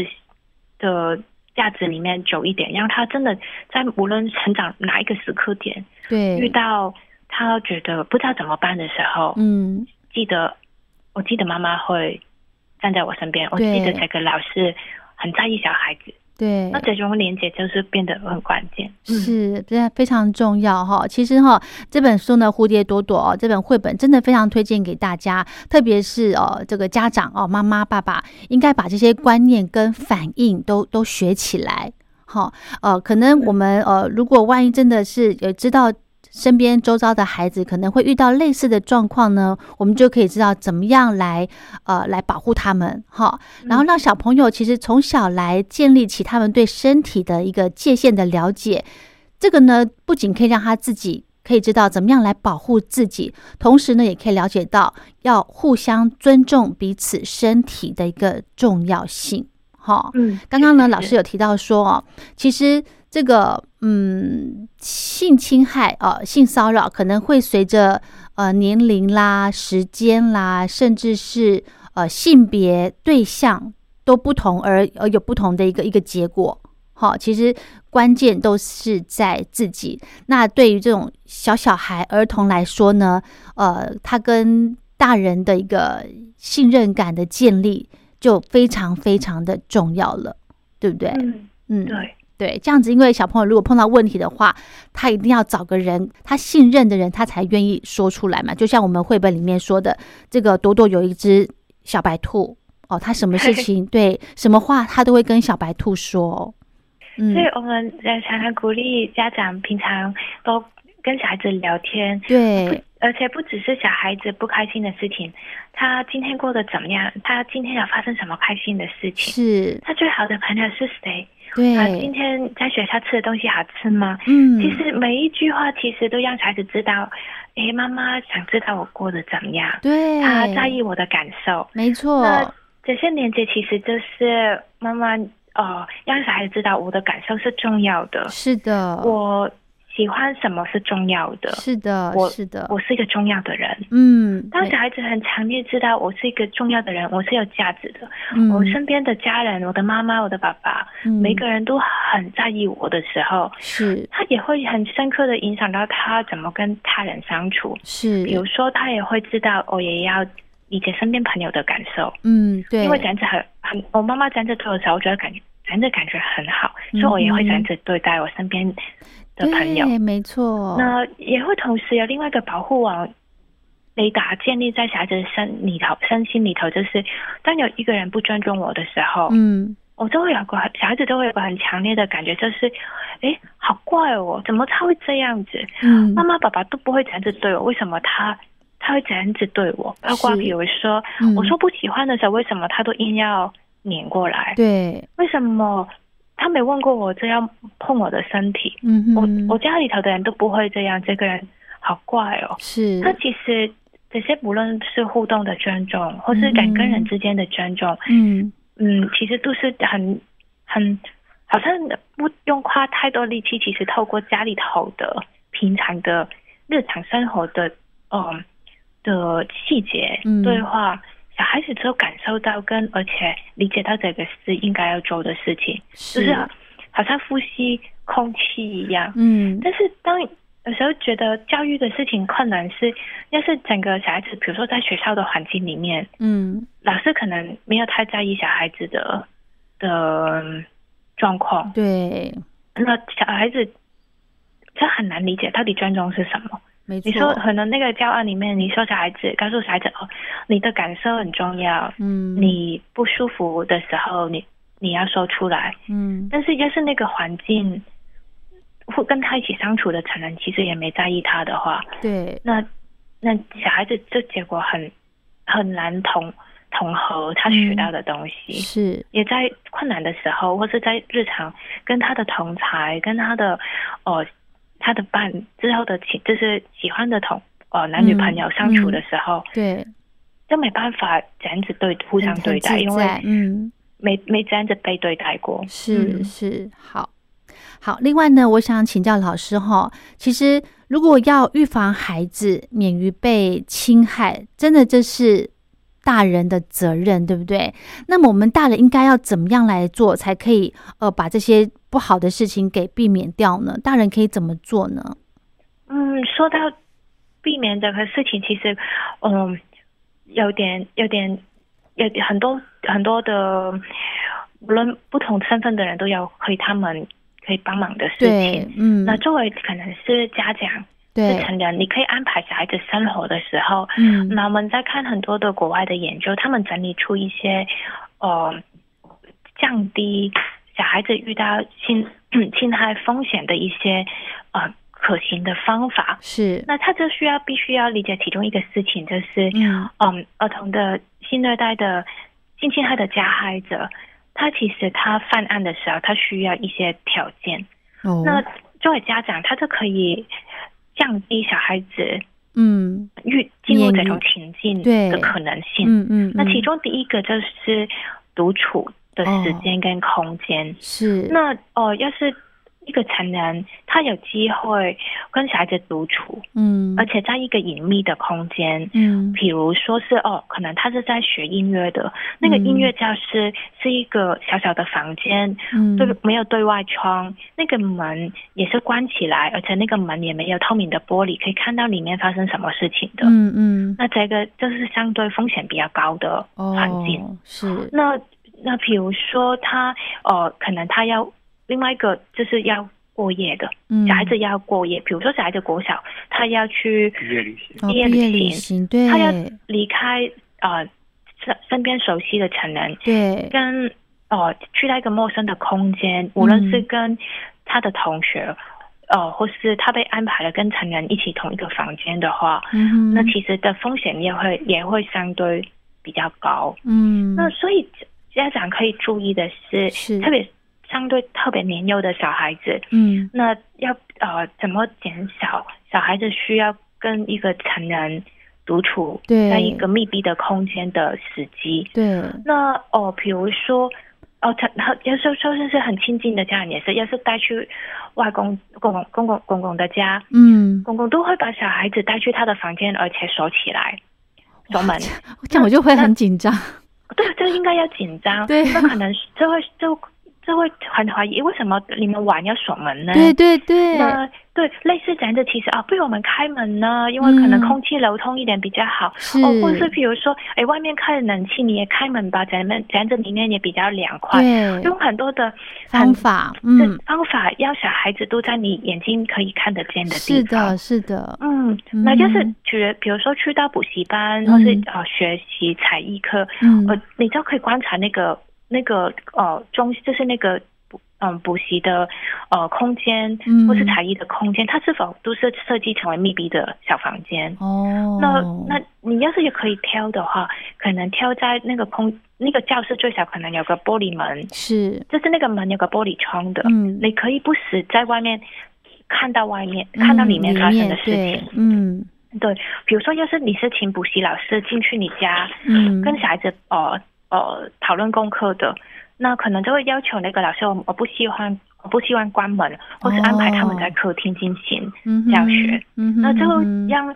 Speaker 4: 的价值里面久一点，让他真的在无论成长哪一个时刻点，
Speaker 2: 对
Speaker 4: 遇到他觉得不知道怎么办的时候，
Speaker 2: 嗯
Speaker 4: 记得我记得妈妈会站在我身边，我记得
Speaker 2: 对
Speaker 4: 这个老师很在意小孩子，
Speaker 2: 对
Speaker 4: 那。这种连接就是变得很关键。嗯，
Speaker 2: 是，这非常重要哈。其实哈，这本书呢，《蝴蝶朵朵》哦，这本绘本真的非常推荐给大家，特别是哦，这个家长哦，妈妈、爸爸应该把这些观念跟反应都都学起来。好，呃，可能我们呃，如果万一真的是有知道身边周遭的孩子可能会遇到类似的状况呢，我们就可以知道怎么样来呃来保护他们哈，然后让小朋友其实从小来建立起他们对身体的一个界限的了解，这个呢不仅可以让他自己。可以知道怎么样来保护自己，同时呢，也可以了解到要互相尊重彼此身体的一个重要性。哈，
Speaker 4: 嗯，
Speaker 2: 刚刚呢，
Speaker 4: 是
Speaker 2: 老师有提到说哦，其实这个嗯，性侵害呃，性骚扰可能会随着呃年龄啦、时间啦，甚至是呃性别对象都不同而而有不同的一个一个结果。好，其实关键都是在自己。那对于这种小小孩、儿童来说呢，呃，他跟大人的一个信任感的建立就非常非常的重要了，对不对？
Speaker 4: 嗯，
Speaker 2: 嗯，
Speaker 4: 对，
Speaker 2: 对，这样子，因为小朋友如果碰到问题的话，他一定要找个人他信任的人，他才愿意说出来嘛。就像我们绘本里面说的，这个朵朵有一只小白兔哦，他什么事情对什么话，他都会跟小白兔说哦。嗯
Speaker 4: 所，以我们呃常常鼓励家长平常都跟小孩子聊天，
Speaker 2: 对，
Speaker 4: 而且不只是小孩子不开心的事情，他今天过得怎么样？他今天有发生什么开心的事情？
Speaker 2: 是，
Speaker 4: 他最好的朋友是谁？他今
Speaker 2: 对，
Speaker 4: 天在学校吃的东西好吃吗？
Speaker 2: 嗯，
Speaker 4: 其实每一句话其实都让小孩子知道，诶，妈妈想知道我过得怎么样，
Speaker 2: 对，
Speaker 4: 她在意我的感受。
Speaker 2: 没错，
Speaker 4: 那这些连接其实就是妈妈呃，让小孩子知道我的感受是重要的，
Speaker 2: 是的，
Speaker 4: 我喜欢什么是重要的，
Speaker 2: 是的，
Speaker 4: 我
Speaker 2: 是的，
Speaker 4: 我是一个重要的人。
Speaker 2: 嗯，
Speaker 4: 当
Speaker 2: 没
Speaker 4: 小孩子很强烈知道我是一个重要的人，我是有价值的，
Speaker 2: 嗯
Speaker 4: 我身边的家人、我的妈妈、我的爸爸，每一
Speaker 2: 嗯
Speaker 4: 个人都很在意我的时候，
Speaker 2: 是
Speaker 4: 他也会很深刻的影响到他怎么跟他人相处。
Speaker 2: 是，
Speaker 4: 比如说，他也会知道我也要理解身边朋友的感受，
Speaker 2: 嗯，对，
Speaker 4: 因为这样子很很，我妈妈这样子对我的时候，我觉得感觉这样子感觉很好，所以我也会这样子对待我身边的朋友。
Speaker 2: 嗯对，没错，
Speaker 4: 那也会同时有另外一个保护网雷达建立在小孩子身里头、身心里头，就是当有一个人不尊重我的时候，
Speaker 2: 嗯，
Speaker 4: 我都会有个小孩子都会有个很强烈的感觉，就是，诶，好怪哦，怎么他会这样子？
Speaker 2: 嗯
Speaker 4: 妈妈、爸爸都不会这样子对我，为什么他他会这样子对我？包括
Speaker 2: 是
Speaker 4: 比如说，
Speaker 2: 嗯
Speaker 4: 我说不喜欢的时候，为什么他都硬要撵过来？
Speaker 2: 对，
Speaker 4: 为什么他没问过我这样碰我的身体？
Speaker 2: 嗯哼，
Speaker 4: 我我家里头的人都不会这样，这个人好怪哦。
Speaker 2: 是
Speaker 4: 那其实这些不论是互动的尊重，或是人跟人之间的尊重，
Speaker 2: 嗯
Speaker 4: 嗯，其实都是很很好像不用花太多力气，其实透过家里头的平常的日常生活的嗯的细节、
Speaker 2: 嗯
Speaker 4: 对话，小孩子只有感受到跟而且理解到这个是应该要做的事情，就是啊
Speaker 2: 是
Speaker 4: 好像呼吸空气一样，
Speaker 2: 嗯
Speaker 4: 但是当有时候觉得教育的事情困难是，要是整个小孩子，比如说在学校的环境里面，
Speaker 2: 嗯
Speaker 4: 老师可能没有太在意小孩子的的嗯状况，
Speaker 2: 对，
Speaker 4: 那小孩子这很难理解到底尊重是什么。
Speaker 2: 没错，
Speaker 4: 你说可能那个教案里面，你说小孩子告诉小孩子哦，你的感受很重要，
Speaker 2: 嗯
Speaker 4: 你不舒服的时候你你要说出来，
Speaker 2: 嗯
Speaker 4: 但是要是那个环境，或跟他一起相处的成人其实也没在意他的话，
Speaker 2: 对
Speaker 4: 那那小孩子这结果很很难同同和他学到的东西，
Speaker 2: 是
Speaker 4: 也在困难的时候，或是在日常跟他的同才、跟他的呃他的伴之后的情，就是喜欢的同呃男女朋友相处的时候，
Speaker 2: 对，
Speaker 4: 都没办法这样子对互相
Speaker 2: 很
Speaker 4: 对待，
Speaker 2: 自
Speaker 4: 因
Speaker 2: 在
Speaker 4: 为
Speaker 2: 嗯。
Speaker 4: 没没这样子被对待过，
Speaker 2: 是
Speaker 4: 嗯
Speaker 2: 是，好好。另外呢，我想请教老师哈，其实如果要预防孩子免于被侵害，真的这是大人的责任，对不对？那么我们大人应该要怎么样来做，才可以呃把这些不好的事情给避免掉呢？大人可以怎么做呢？
Speaker 4: 嗯，说到避免这个事情，其实，嗯，有点、有点、有点很多很多的，无论不同身份的人都有可以他们可以帮忙的事
Speaker 2: 对
Speaker 4: 情。，
Speaker 2: 嗯，
Speaker 4: 那作为可能是家长、是
Speaker 2: 对，
Speaker 4: 成人，你可以安排小孩子生活的时候，
Speaker 2: 嗯
Speaker 4: 那我们在看很多的国外的研究，他们整理出一些，呃，降低小孩子遇到侵 (clears throat) 侵害风险的一些呃可行的方法。
Speaker 2: 是，
Speaker 4: 那他就需要必须要理解其中一个事情，就是
Speaker 2: 嗯
Speaker 4: 嗯，儿童的性虐待的性侵害的加害者，他其实他犯案的时候，他需要一些条件。
Speaker 2: 哦，
Speaker 4: 那作为家长，他就可以降低小孩子
Speaker 2: 嗯
Speaker 4: 遇进入
Speaker 2: 免
Speaker 4: 这
Speaker 2: 于
Speaker 4: 种情境
Speaker 2: 对
Speaker 4: 的可能性。
Speaker 2: 嗯嗯，
Speaker 4: 那其
Speaker 2: 嗯
Speaker 4: 中第一个就是独处的时间跟空间。
Speaker 2: 哦是
Speaker 4: 那哦、呃要是一个成人，他有机会跟小孩子独处，
Speaker 2: 嗯
Speaker 4: 而且在一个隐秘的空间。
Speaker 2: 嗯
Speaker 4: 比如说是哦，可能他是在学音乐的，那个音乐教室是一个小小的房间，
Speaker 2: 嗯
Speaker 4: 对，没有对外窗，那个门也是关起来，而且那个门也没有透明的玻璃，可以看到里面发生什么事情的。
Speaker 2: 嗯嗯。
Speaker 4: 那这个就是相对风险比较高的环境。
Speaker 2: 哦、是，
Speaker 4: 那那比如说他呃，可能他要另外一个就是要过夜的，
Speaker 2: 嗯
Speaker 4: 小孩子要过夜。比如说小孩子国小，他要去
Speaker 3: 毕业旅行。
Speaker 2: 哦
Speaker 4: 毕
Speaker 2: 毕
Speaker 4: 业
Speaker 2: 业
Speaker 4: 旅
Speaker 2: 旅
Speaker 4: 行
Speaker 2: 行，对，
Speaker 4: 他要离开呃身身边熟悉的成人，
Speaker 2: 对，
Speaker 4: 跟呃去到一个陌生的空间，无论
Speaker 2: 嗯
Speaker 4: 是跟他的同学。呃，或是他被安排了跟成人一起同一个房间的话，
Speaker 2: 嗯哼
Speaker 4: 那其实的风险也会也会相对比较高。
Speaker 2: 嗯，
Speaker 4: 那所以家长可以注意的是，
Speaker 2: 是
Speaker 4: 特别相对特别年幼的小孩子，
Speaker 2: 嗯
Speaker 4: 那要呃怎么减少小孩子需要跟一个成人独处，
Speaker 2: 对
Speaker 4: 在一个密闭的空间的时机？
Speaker 2: 对，
Speaker 4: 那哦，比如说。哦，他他有时候就是是很亲近的家人也是，要是带去外公公公公公公公的家，
Speaker 2: 嗯，
Speaker 4: 公公都会把小孩子带去他的房间，而且锁起来，锁门。
Speaker 2: 这样我就会很紧张，
Speaker 4: 对，这应该要紧张。
Speaker 2: 对
Speaker 4: 那可能就会就就会很怀疑，为什么你们玩要锁门呢？
Speaker 2: 对对对，
Speaker 4: 嗯那对，类似这样的其实啊，不如我们开门呢，因为可能
Speaker 2: 嗯
Speaker 4: 空气流通一点比较好。
Speaker 2: 是，
Speaker 4: 哦，或是比如说，哎，外面开了冷气，你也开门吧，咱们咱这里面也比较凉快。
Speaker 2: 对
Speaker 4: 用很多的
Speaker 2: 方法，
Speaker 4: 很
Speaker 2: 嗯，
Speaker 4: 方法，让小孩子都在你眼睛可以看得见的地
Speaker 2: 是
Speaker 4: 方。
Speaker 2: 的，是的，
Speaker 4: 嗯，那就是
Speaker 2: 嗯
Speaker 4: 觉，比如说去到补习班，或是
Speaker 2: 嗯
Speaker 4: 呃学习才艺课，
Speaker 2: 嗯
Speaker 4: 呃，你就可以观察那个那个呃中，就是那个补嗯补习的呃空间
Speaker 2: 嗯，
Speaker 4: 或是才艺的空间，它是否都设设计成为密闭的小房间？
Speaker 2: 哦，
Speaker 4: 那那你要是也可以挑的话，可能挑在那个空那个教室最少可能有个玻璃门，
Speaker 2: 是
Speaker 4: 就是那个门有个玻璃窗的，
Speaker 2: 嗯，
Speaker 4: 你可以不时在外面看到外面看到里面发生的事
Speaker 2: 嗯对
Speaker 4: 情。
Speaker 2: 嗯
Speaker 4: 对，比如说要是你是请补习老师进去你家，
Speaker 2: 嗯，
Speaker 4: 跟小孩子呃呃讨论功课的，那可能就会要求那个老师，我我不希望我不希望关门，或是安排他们在客厅进行。教学
Speaker 2: 嗯哼，嗯哼，
Speaker 4: 那最后
Speaker 2: 嗯哼
Speaker 4: 让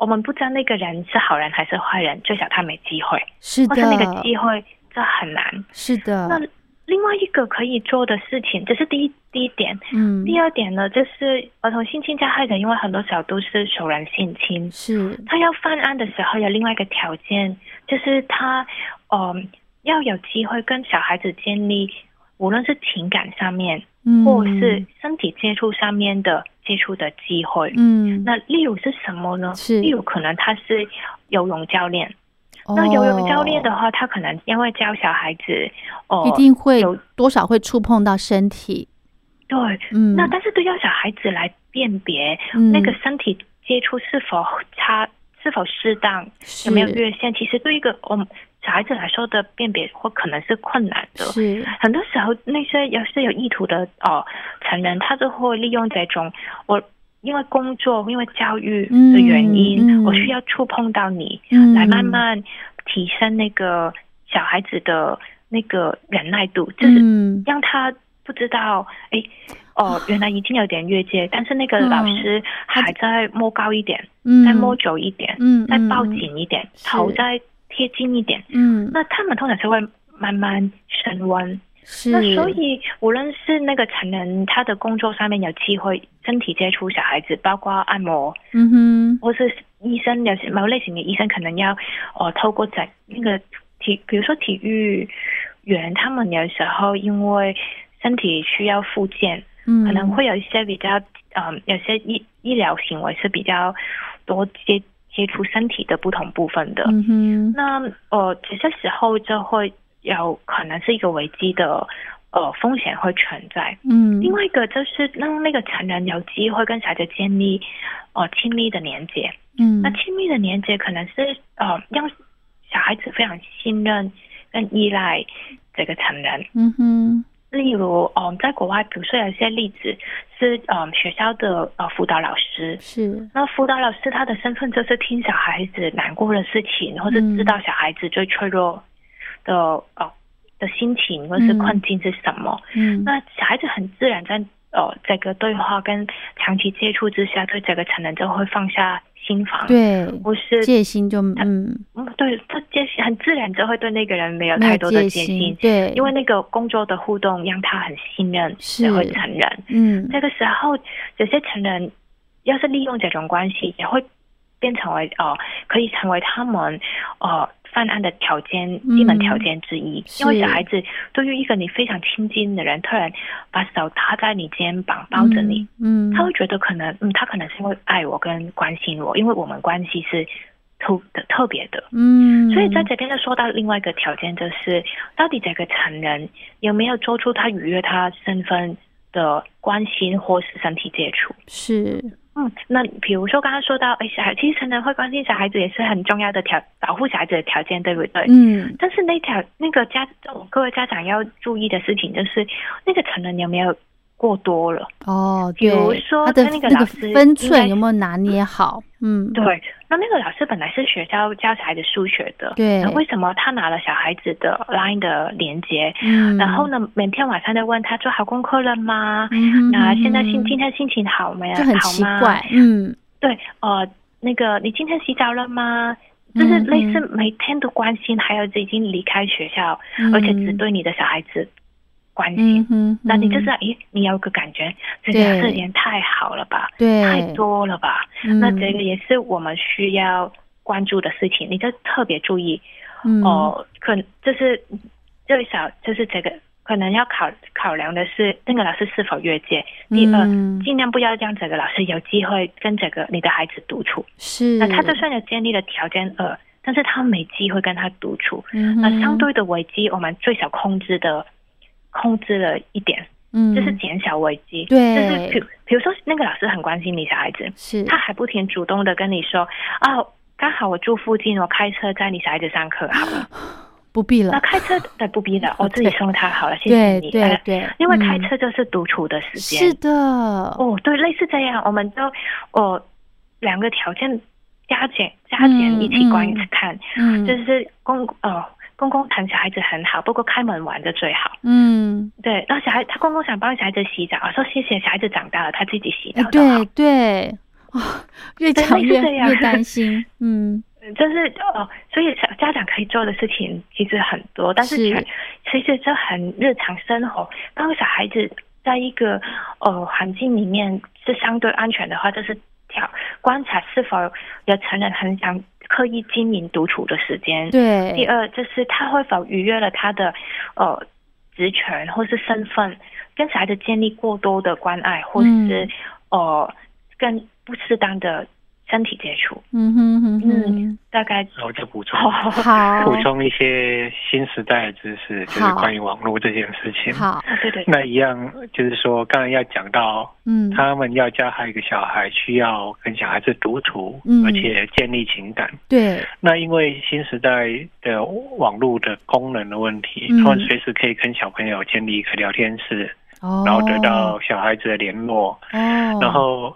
Speaker 4: 我们不知道那个人是好人还是坏人，最少他没机会，
Speaker 2: 是
Speaker 4: 或是那个
Speaker 2: 的，嗯
Speaker 4: 机会这很难。
Speaker 2: 是
Speaker 4: 那
Speaker 2: 的，
Speaker 4: 另外一个可以做的事情，这是第一第一点。
Speaker 2: 嗯，
Speaker 4: 第二点呢，就是儿童性侵加害人，因为很多小都是首人性侵，
Speaker 2: 是
Speaker 4: 他要犯案的时候有另外一个条件，就是他，嗯、要有机会跟小孩子建立，无论是情感上面
Speaker 2: 嗯，
Speaker 4: 或是身体接触上面的接触的机会。
Speaker 2: 嗯，
Speaker 4: 那例如是什么呢？
Speaker 2: 是
Speaker 4: 例如可能他是游泳教练，那游泳教练的
Speaker 2: 哦
Speaker 4: 话，他可能因为教小孩子，哦、
Speaker 2: 一定会
Speaker 4: 有
Speaker 2: 多少会触碰到身体，
Speaker 4: 对，
Speaker 2: 嗯，
Speaker 4: 那但是对要小孩子来辨别、
Speaker 2: 嗯
Speaker 4: 那个身体接触是否差、是否适当、有没有
Speaker 2: 是
Speaker 4: 越线，其实对一个我们小孩子来说的辨别或可能是困难的。
Speaker 2: 是
Speaker 4: 很多时候，那些要是有意图的哦、成人，他就会利用这种我因为工作、因为教育的原因，
Speaker 2: 嗯嗯
Speaker 4: 我需要触碰到你，
Speaker 2: 嗯
Speaker 4: 来慢慢提升那个小孩子的那个忍耐度，就是
Speaker 2: 嗯
Speaker 4: 让他不知道，哎，哦，原来已经有点越界，但是那个老师还在摸高一点，
Speaker 2: 嗯
Speaker 4: 再摸久一点，
Speaker 2: 嗯
Speaker 4: 再
Speaker 2: 嗯
Speaker 4: 抱紧一点，
Speaker 2: 是
Speaker 4: 头再贴近一点，
Speaker 2: 嗯
Speaker 4: 那他们通常是会慢慢升温。
Speaker 2: 是
Speaker 4: 那所以，无论是那个成人，他的工作上面有机会身体接触小孩子，包括按摩，
Speaker 2: 嗯哼
Speaker 4: 或是医生有些某类型的医生可能要呃透过在那个体，比如说体育员，他们有时候因为身体需要复健，
Speaker 2: 嗯
Speaker 4: 可能会有一些比较嗯、有些医医疗行为是比较多接接触身体的不同部分的。
Speaker 2: 嗯哼
Speaker 4: 那呃，这些时候就会有可能是一个危机的呃风险会存在。
Speaker 2: 嗯
Speaker 4: 另外一个就是让那个成人有机会跟小孩子建立呃亲密的连接。
Speaker 2: 嗯
Speaker 4: 那亲密的连接可能是呃让小孩子非常信任跟依赖这个成人。
Speaker 2: 嗯哼
Speaker 4: 例如，嗯、在国外，比如说有一些例子是，嗯、学校的呃辅导老师，
Speaker 2: 是
Speaker 4: 那辅导老师他的身份就是听小孩子难过的事情，或是
Speaker 2: 嗯
Speaker 4: 知道小孩子最脆弱的呃的心情或是
Speaker 2: 嗯
Speaker 4: 困境是什么。
Speaker 2: 嗯
Speaker 4: 那小孩子很自然在呃这个对话跟长期接触之下，对整个成人就会放下心防，
Speaker 2: 对
Speaker 4: 或是
Speaker 2: 戒心就嗯
Speaker 4: 嗯对他戒心很自然就会对那个人没有
Speaker 2: 没
Speaker 4: 太
Speaker 2: 有
Speaker 4: 多的
Speaker 2: 戒
Speaker 4: 戒
Speaker 2: 心
Speaker 4: 心。
Speaker 2: 对，
Speaker 4: 因为那个工作的互动让他很信任，
Speaker 2: 是
Speaker 4: 也会承认。
Speaker 2: 嗯
Speaker 4: 这个时候，有些成人要是利用这种关系，也会变成为哦、呃可以成为他们呃犯案的条件
Speaker 2: 嗯
Speaker 4: 基本条件之一。
Speaker 2: 是
Speaker 4: 因为小孩子对于一个你非常亲近的人，突然把手搭在你肩膀抱着你，
Speaker 2: 嗯
Speaker 4: 他会觉得可能嗯，他可能是因为爱我跟关心我，因为我们关系是特的特别的。
Speaker 2: 嗯，
Speaker 4: 所以在这边就说到另外一个条件，就是到底这个成人有没有做出他逾越他身份的关心或是身体接触？
Speaker 2: 是
Speaker 4: 嗯，那比如说刚刚说到，哎，小孩其实成人会关心小孩子也是很重要的条保护小孩子的条件，对不对？
Speaker 2: 嗯
Speaker 4: 但是那条那个家各位家长要注意的事情就是，那个成人有没有过多了？
Speaker 2: 哦，
Speaker 4: 比如
Speaker 2: 对
Speaker 4: 说
Speaker 2: 他的
Speaker 4: 跟那个
Speaker 2: 那
Speaker 4: 老
Speaker 2: 个
Speaker 4: 师
Speaker 2: 分
Speaker 4: 应
Speaker 2: 寸
Speaker 4: 该
Speaker 2: 有没有拿捏好？嗯，
Speaker 4: 对，那那个老师本来是学校教小孩子数学的，
Speaker 2: 对
Speaker 4: 那为什么他拿了小孩子的 LINE 的连接，
Speaker 2: 嗯，
Speaker 4: 然后呢，每天晚上都问他做好功课了吗？
Speaker 2: 嗯哼，
Speaker 4: 那啊现在
Speaker 2: 嗯
Speaker 4: 心
Speaker 2: 哼
Speaker 4: 今天心情好没？
Speaker 2: 就很
Speaker 4: 好哎
Speaker 2: 奇
Speaker 4: 吗？
Speaker 2: 怪，嗯，
Speaker 4: 对，呃，那个你今天洗澡了吗？就是
Speaker 2: 嗯
Speaker 4: 类似
Speaker 2: 嗯
Speaker 4: 每天都关心，还有已经离开学校，而且只
Speaker 2: 嗯
Speaker 4: 对你的小孩子关
Speaker 2: 嗯
Speaker 4: 心，
Speaker 2: 哼，
Speaker 4: 那你就
Speaker 2: 嗯
Speaker 4: 知道，咦，你有个感觉，这个
Speaker 2: 对
Speaker 4: 事情太好了吧，
Speaker 2: 对
Speaker 4: 太多了吧？那这个
Speaker 2: 嗯
Speaker 4: 也是我们需要关注的事情，你就特别注意
Speaker 2: 嗯
Speaker 4: 哦。可就是最少就是这个可能要考考量的是那个老师是否越界。第二，
Speaker 2: 嗯
Speaker 4: 尽量不要让这个老师有机会跟这个你的孩子独处。
Speaker 2: 是
Speaker 4: 那他就算有建立了条件二，但是他没机会跟他独处。
Speaker 2: 嗯哼
Speaker 4: 那呃相对的危机，我们最小控制的控制了一点，
Speaker 2: 嗯
Speaker 4: 这是减小危机。
Speaker 2: 对嗯
Speaker 4: 就是比如比如说那个老师很关心你小孩子，
Speaker 2: 是
Speaker 4: 他还不停主动的跟你说啊。刚好我住附近，我开车载你小孩子上课好了。
Speaker 2: 不必了啊
Speaker 4: 那，开车的不必了，我自己送他好了，谢谢
Speaker 2: 对
Speaker 4: 你。
Speaker 2: 对
Speaker 4: 哎
Speaker 2: 对，
Speaker 4: 因为
Speaker 2: 嗯
Speaker 4: 开车就是独处的时间。
Speaker 2: 是的，
Speaker 4: 哦，对，类似这样，我们都哦两个条件加减加减
Speaker 2: 嗯
Speaker 4: 一起观
Speaker 2: 嗯
Speaker 4: 看，
Speaker 2: 嗯
Speaker 4: 就是公哦公公谈小孩子很好，不过开门玩的最好。
Speaker 2: 嗯，
Speaker 4: 对，那小孩他公公想帮小孩子洗澡，说谢谢小孩子长大了他自己洗
Speaker 2: 哎
Speaker 4: 澡就好
Speaker 2: 对。对啊， (laughs) 越
Speaker 4: 对
Speaker 2: 讲
Speaker 4: 类似
Speaker 2: 越
Speaker 4: 这样
Speaker 2: 越担心，嗯，
Speaker 4: 就是哦，所以小家长可以做的事情其实很多，但是
Speaker 2: 是
Speaker 4: 其其实这很日常生活。当小孩子在一个呃环境里面是相对安全的话，就是调观察是否有成人很想刻意经营独处的时间。 (laughs) 第
Speaker 2: 对，
Speaker 4: 二就是他会否逾越了他的呃职权或是身份，跟小孩子建立过多的关爱，或是、
Speaker 2: 嗯
Speaker 4: 呃更不适当的身体接触。
Speaker 2: 嗯哼哼哼
Speaker 4: 嗯，大概
Speaker 3: 然后再补充。
Speaker 4: 哦，
Speaker 2: 好，
Speaker 3: 补充一些新时代的知识，就是
Speaker 2: 好
Speaker 3: 关于网络这件事情。
Speaker 2: 好，
Speaker 4: 对对，
Speaker 3: 那一样就是说，刚才要讲到
Speaker 2: 嗯，
Speaker 3: 他们要教还有一个小孩，需要跟小孩子独处，
Speaker 2: 嗯
Speaker 3: 而且建立情感。
Speaker 2: 对，
Speaker 3: 那因为新时代的网络的功能的问题，
Speaker 2: 嗯
Speaker 3: 他们随时可以跟小朋友建立一个聊天室，
Speaker 2: 哦，
Speaker 3: 然后得到小孩子的联络，
Speaker 2: 哦，
Speaker 3: 然后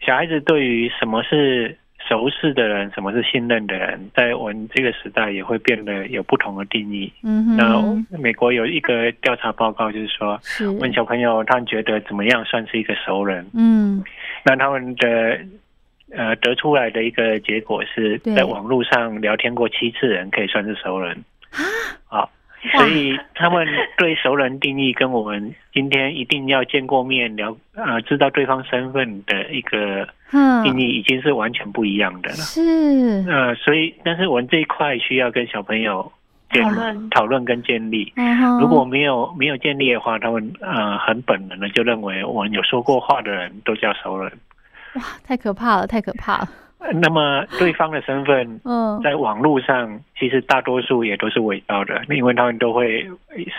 Speaker 3: 小孩子对于什么是熟识的人，什么是信任的人，在我们这个时代也会变得有不同的定义。
Speaker 2: 嗯嗯哼，
Speaker 3: 那美国有一个调查报告，就是说
Speaker 2: 是
Speaker 3: 问小朋友他们觉得怎么样算是一个熟人，
Speaker 2: 嗯
Speaker 3: 那他们的。呃，得出来的一个结果是
Speaker 2: 对
Speaker 3: 在网络上聊天过七次人可以算是熟人啊，
Speaker 2: 哇
Speaker 3: 所以他们对熟人定义跟我们今天一定要见过面聊呃知道对方身份的一个
Speaker 2: 哼
Speaker 3: 定义已经是完全不一样的了。
Speaker 2: 嗯是，
Speaker 3: 呃，所以但是我们这一块需要跟小朋友建
Speaker 4: 讨论
Speaker 3: 讨论跟建立。
Speaker 2: 嗯哼，
Speaker 3: 如果没有没有建立的话，他们呃很本能的就认为我们有说过话的人都叫熟人。
Speaker 2: 哇，太可怕了，太可怕了，
Speaker 3: 呃那么对方的身份
Speaker 2: 嗯，
Speaker 3: 在网络上，其实大多数也都是伪造的，因为他们都会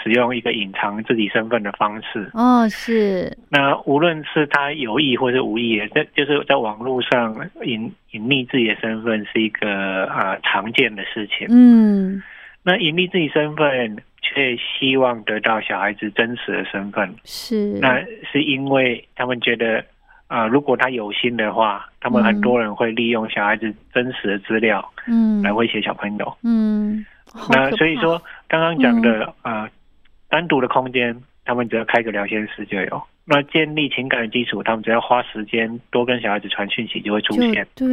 Speaker 3: 使用一个隐藏自己身份的方式。
Speaker 2: 哦，是，
Speaker 3: 那无论是他有意或是无意的，在就是在网络上隐隐匿自己的身份是一个呃常见的事情。
Speaker 2: 嗯，
Speaker 3: 那隐匿自己身份，却希望得到小孩子真实的身份，
Speaker 2: 是，
Speaker 3: 那是因为他们觉得，啊、如果他有心的话，他们很多人会利用小孩子真实的资料
Speaker 2: 嗯，
Speaker 3: 来威胁小朋友。
Speaker 2: 嗯，好
Speaker 3: 那
Speaker 2: 可
Speaker 3: 所以
Speaker 2: 怕，嗯
Speaker 3: 说，刚刚讲的啊、呃单独的空间，他们只要开个聊天室就有。那建立情感的基础，他们只要花时间多跟小孩子传讯息，就会出
Speaker 2: 就
Speaker 3: 现。
Speaker 2: 对，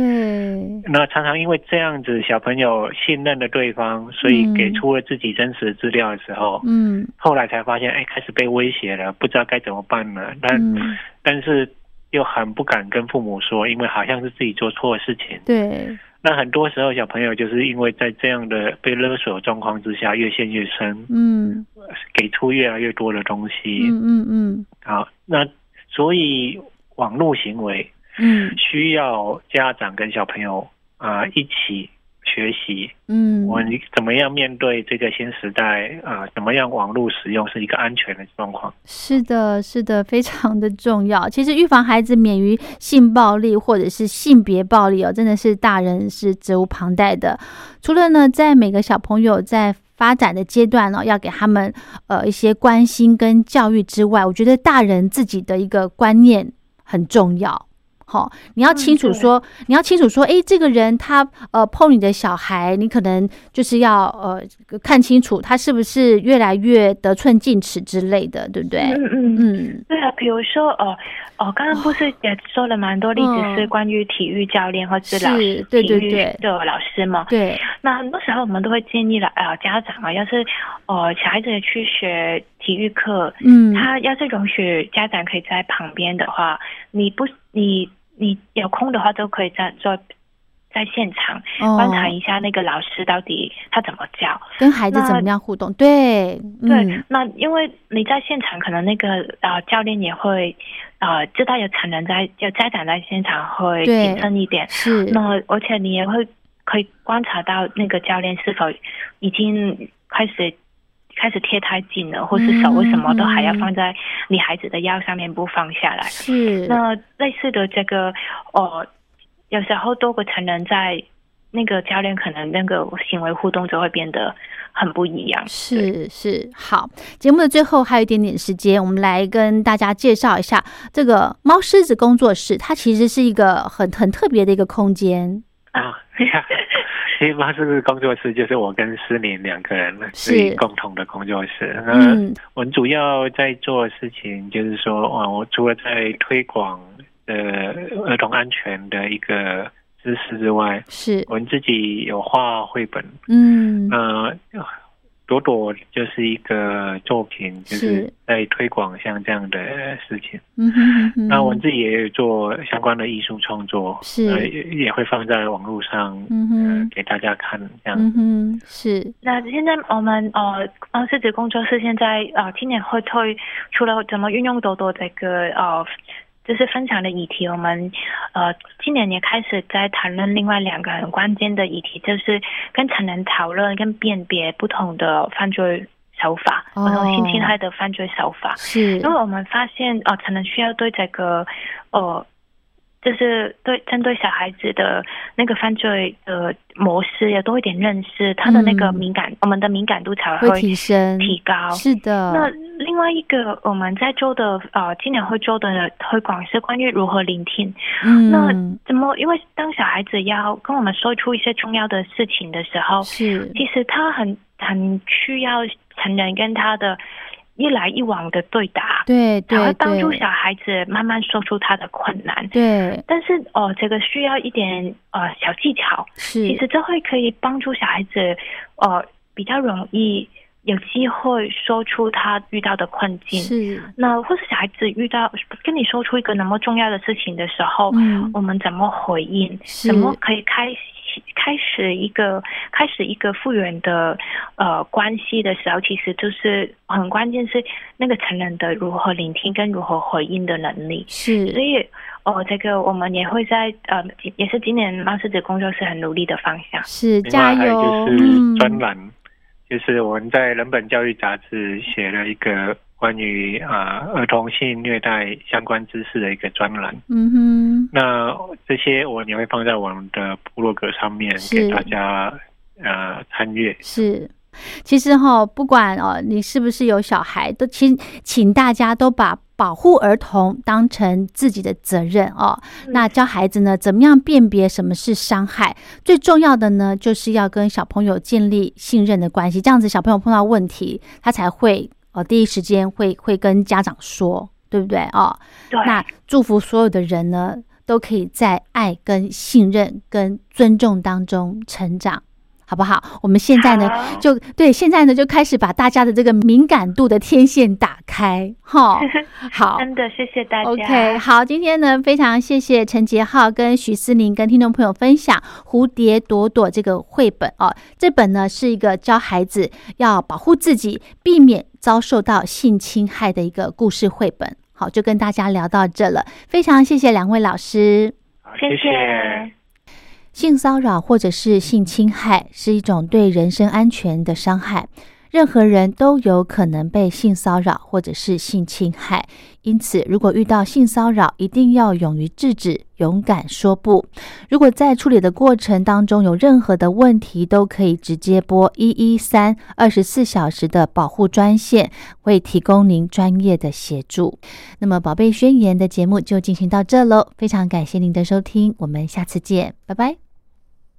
Speaker 3: 那常常因为这样子，小朋友信任了对方，所以
Speaker 2: 嗯
Speaker 3: 给出了自己真实的资料的时候，
Speaker 2: 嗯
Speaker 3: 后来才发现，哎，开始被威胁了，不知道该怎么办了。但、
Speaker 2: 嗯，
Speaker 3: 但是又很不敢跟父母说，因为好像是自己做错事情。
Speaker 2: 对，
Speaker 3: 那很多时候，小朋友就是因为在这样的被勒索的状况之下，越陷越深，
Speaker 2: 嗯
Speaker 3: 给出越来越多的东西。
Speaker 2: 嗯嗯嗯
Speaker 3: 好，那所以网络行为
Speaker 2: 嗯
Speaker 3: 需要家长跟小朋友啊、呃一起学习，
Speaker 2: 嗯，
Speaker 3: 我们怎么样面对这个新时代啊、呃怎么样网络使用是一个安全的状况？
Speaker 2: 是的，是的，非常的重要。其实预防孩子免于性暴力或者是性别暴力哦，真的是大人是责无旁贷的。除了呢，在每个小朋友在发展的阶段哦，要给他们呃一些关心跟教育之外，我觉得大人自己的一个观念很重要。好、你要清楚
Speaker 4: 对
Speaker 2: 说，你要清楚说，诶，这个人他呃碰你的小孩，你可能就是要呃看清楚他是不是越来越得寸进尺之类的，对不对？
Speaker 4: 嗯嗯。
Speaker 2: 嗯
Speaker 4: 对啊，比如说，哦，哦，刚刚不是也说了蛮多例
Speaker 2: 嗯
Speaker 4: 子，是关于体育教练或是老师、
Speaker 2: 是对对
Speaker 4: 体育
Speaker 2: 对
Speaker 4: 的老师嘛，？
Speaker 2: 对，
Speaker 4: 那很多时候我们都会建议了，呃，家长啊，要是呃小孩子去学体育课，
Speaker 2: 嗯，
Speaker 4: 他要是容许家长可以在旁边的话，你不你你有空的话都可以在在在现场观察
Speaker 2: 哦、
Speaker 4: 一下那个老师到底他怎么教。
Speaker 2: 跟孩子怎
Speaker 4: 那
Speaker 2: 么样互动，对，
Speaker 4: 对
Speaker 2: 嗯，，
Speaker 4: 那因为你在现场，可能那个呃教练也会呃知道有成人在有家长在现场会
Speaker 2: 对
Speaker 4: 谨慎一点。
Speaker 2: 是，
Speaker 4: 那而且你也会可以观察到那个教练是否已经开始开始贴太近了，或是手为什么都还要放在你孩子的腰上面不放下来。
Speaker 2: 嗯是，
Speaker 4: 那类似的这个，呃，有时候多个成人在那个教练可能那个行为互动就会变得很不一样。
Speaker 2: 是是，好。节目的最后还有一点点时间，我们来跟大家介绍一下这个猫狮子工作室，它其实是一个很很特别的一个空间。
Speaker 3: 啊，
Speaker 2: (laughs)
Speaker 3: (laughs) 因为妈是工作室，就是我跟思林两个人是共同的工作室。那
Speaker 2: 嗯
Speaker 3: 我们主要在做的事情就是说，哦，我除了在推广呃儿童安全的一个知识之外，
Speaker 2: 是，
Speaker 3: 我们自己有画绘本。
Speaker 2: 嗯
Speaker 3: 呃，朵朵就是一个作品，就是
Speaker 2: 是
Speaker 3: 在推广像这样的事情。
Speaker 2: 嗯哼哼哼，
Speaker 3: 那我自己也有做相关的艺术创作，
Speaker 2: 是
Speaker 3: 呃也也会放在网络上，
Speaker 2: 嗯
Speaker 3: 呃
Speaker 2: 哼，
Speaker 3: 给大家看这样。
Speaker 2: 嗯哼，是，
Speaker 4: 那现在我们呃，方狮子工作室现在呃，今年会推除了怎么运用朵朵这个呃，就是分享的议题，我们呃今年也开始在谈论另外两个很关键的议题，就是跟成人讨论跟辨别不同的犯罪手法，
Speaker 2: 哦
Speaker 4: 不同性侵害的犯罪手法。
Speaker 2: 是
Speaker 4: 因为我们发现呃，可能需要对这个呃，就是对针对小孩子的那个犯罪的模式要多一点认识，他的那个
Speaker 2: 嗯
Speaker 4: 敏感，我们的敏感度才
Speaker 2: 会
Speaker 4: 会
Speaker 2: 提升，
Speaker 4: 提高。
Speaker 2: 是
Speaker 4: 那
Speaker 2: 的，
Speaker 4: 另外一个我们在做的呃，今年会做的推广是关于如何聆听。那
Speaker 2: 嗯，
Speaker 4: 怎么？因为当小孩子要跟我们说出一些重要的事情的时候，
Speaker 2: 是，
Speaker 4: 其实他很很需要成人跟他的一来一往的对答。
Speaker 2: 对
Speaker 4: 然后
Speaker 2: 对
Speaker 4: 帮助
Speaker 2: 对，
Speaker 4: 小孩子慢慢说出他的困难。
Speaker 2: 对
Speaker 4: 但是哦、呃这个需要一点呃小技巧，其
Speaker 2: 是，
Speaker 4: 实这会可以帮助小孩子呃比较容易有机会说出他遇到的困境。
Speaker 2: 是，
Speaker 4: 那或是小孩子遇到跟你说出一个那么重要的事情的时候，
Speaker 2: 嗯
Speaker 4: 我们怎么回应？
Speaker 2: 是
Speaker 4: 怎么可以开始开始一个开始一个复原的呃关系的时候，其实就是很关键是那个成人的如何聆听跟如何回应的能力。所
Speaker 2: 是，
Speaker 4: 以，哦，这个我们也会在呃，也是今年猫狮子工作室很努力的方向。
Speaker 2: 是，
Speaker 3: (laughs) 另外
Speaker 2: 加
Speaker 3: 还有
Speaker 2: 油，
Speaker 3: 就是
Speaker 2: 嗯，
Speaker 3: 专栏，就是我们在《人本教育杂志》写了一个关于啊、呃、儿童性虐待相关知识的一个专栏。
Speaker 2: 嗯
Speaker 3: 那这些我也会放在我们的部落格上面
Speaker 2: 是
Speaker 3: 给大家呃参阅。
Speaker 2: 哼，是。其实哈，不管哦，你是不是有小孩，都请请大家都把保护儿童当成自己的责任哦。那教孩子呢，怎么样辨别什么是伤害？最重要的呢，就是要跟小朋友建立信任的关系，这样子小朋友碰到问题，他才会哦第一时间会会跟家长说，对不对哦？
Speaker 4: 对，
Speaker 2: 那祝福所有的人呢，都可以在爱、跟信任、跟尊重当中成长，好不好？我们现在呢，
Speaker 4: 好
Speaker 2: 就对现在呢，就开始把大家的这个敏感度的天线打开，哈，哦好。
Speaker 4: 真的谢谢 (laughs) 大家。
Speaker 2: OK，好，今天呢，非常谢谢陈杰浩跟徐思宁跟听众朋友分享《蝴蝶朵朵》这个绘本哦。这本呢是一个教孩子要保护自己，避免遭受到性侵害的一个故事绘本。好，就跟大家聊到这了，非常谢谢两位老师。
Speaker 3: 好
Speaker 4: 谢
Speaker 3: 谢。
Speaker 2: 性骚扰或者是性侵害是一种对人身安全的伤害，任何人都有可能被性骚扰或者是性侵害。因此，如果遇到性骚扰，一定要勇于制止，勇敢说不。如果在处理的过程当中有任何的问题，都可以直接拨一一三二十四小时的保护专线，会提供您专业的协助。那么，《宝贝宣言》的节目就进行到这喽，非常感谢您的收听，我们下次见，拜拜。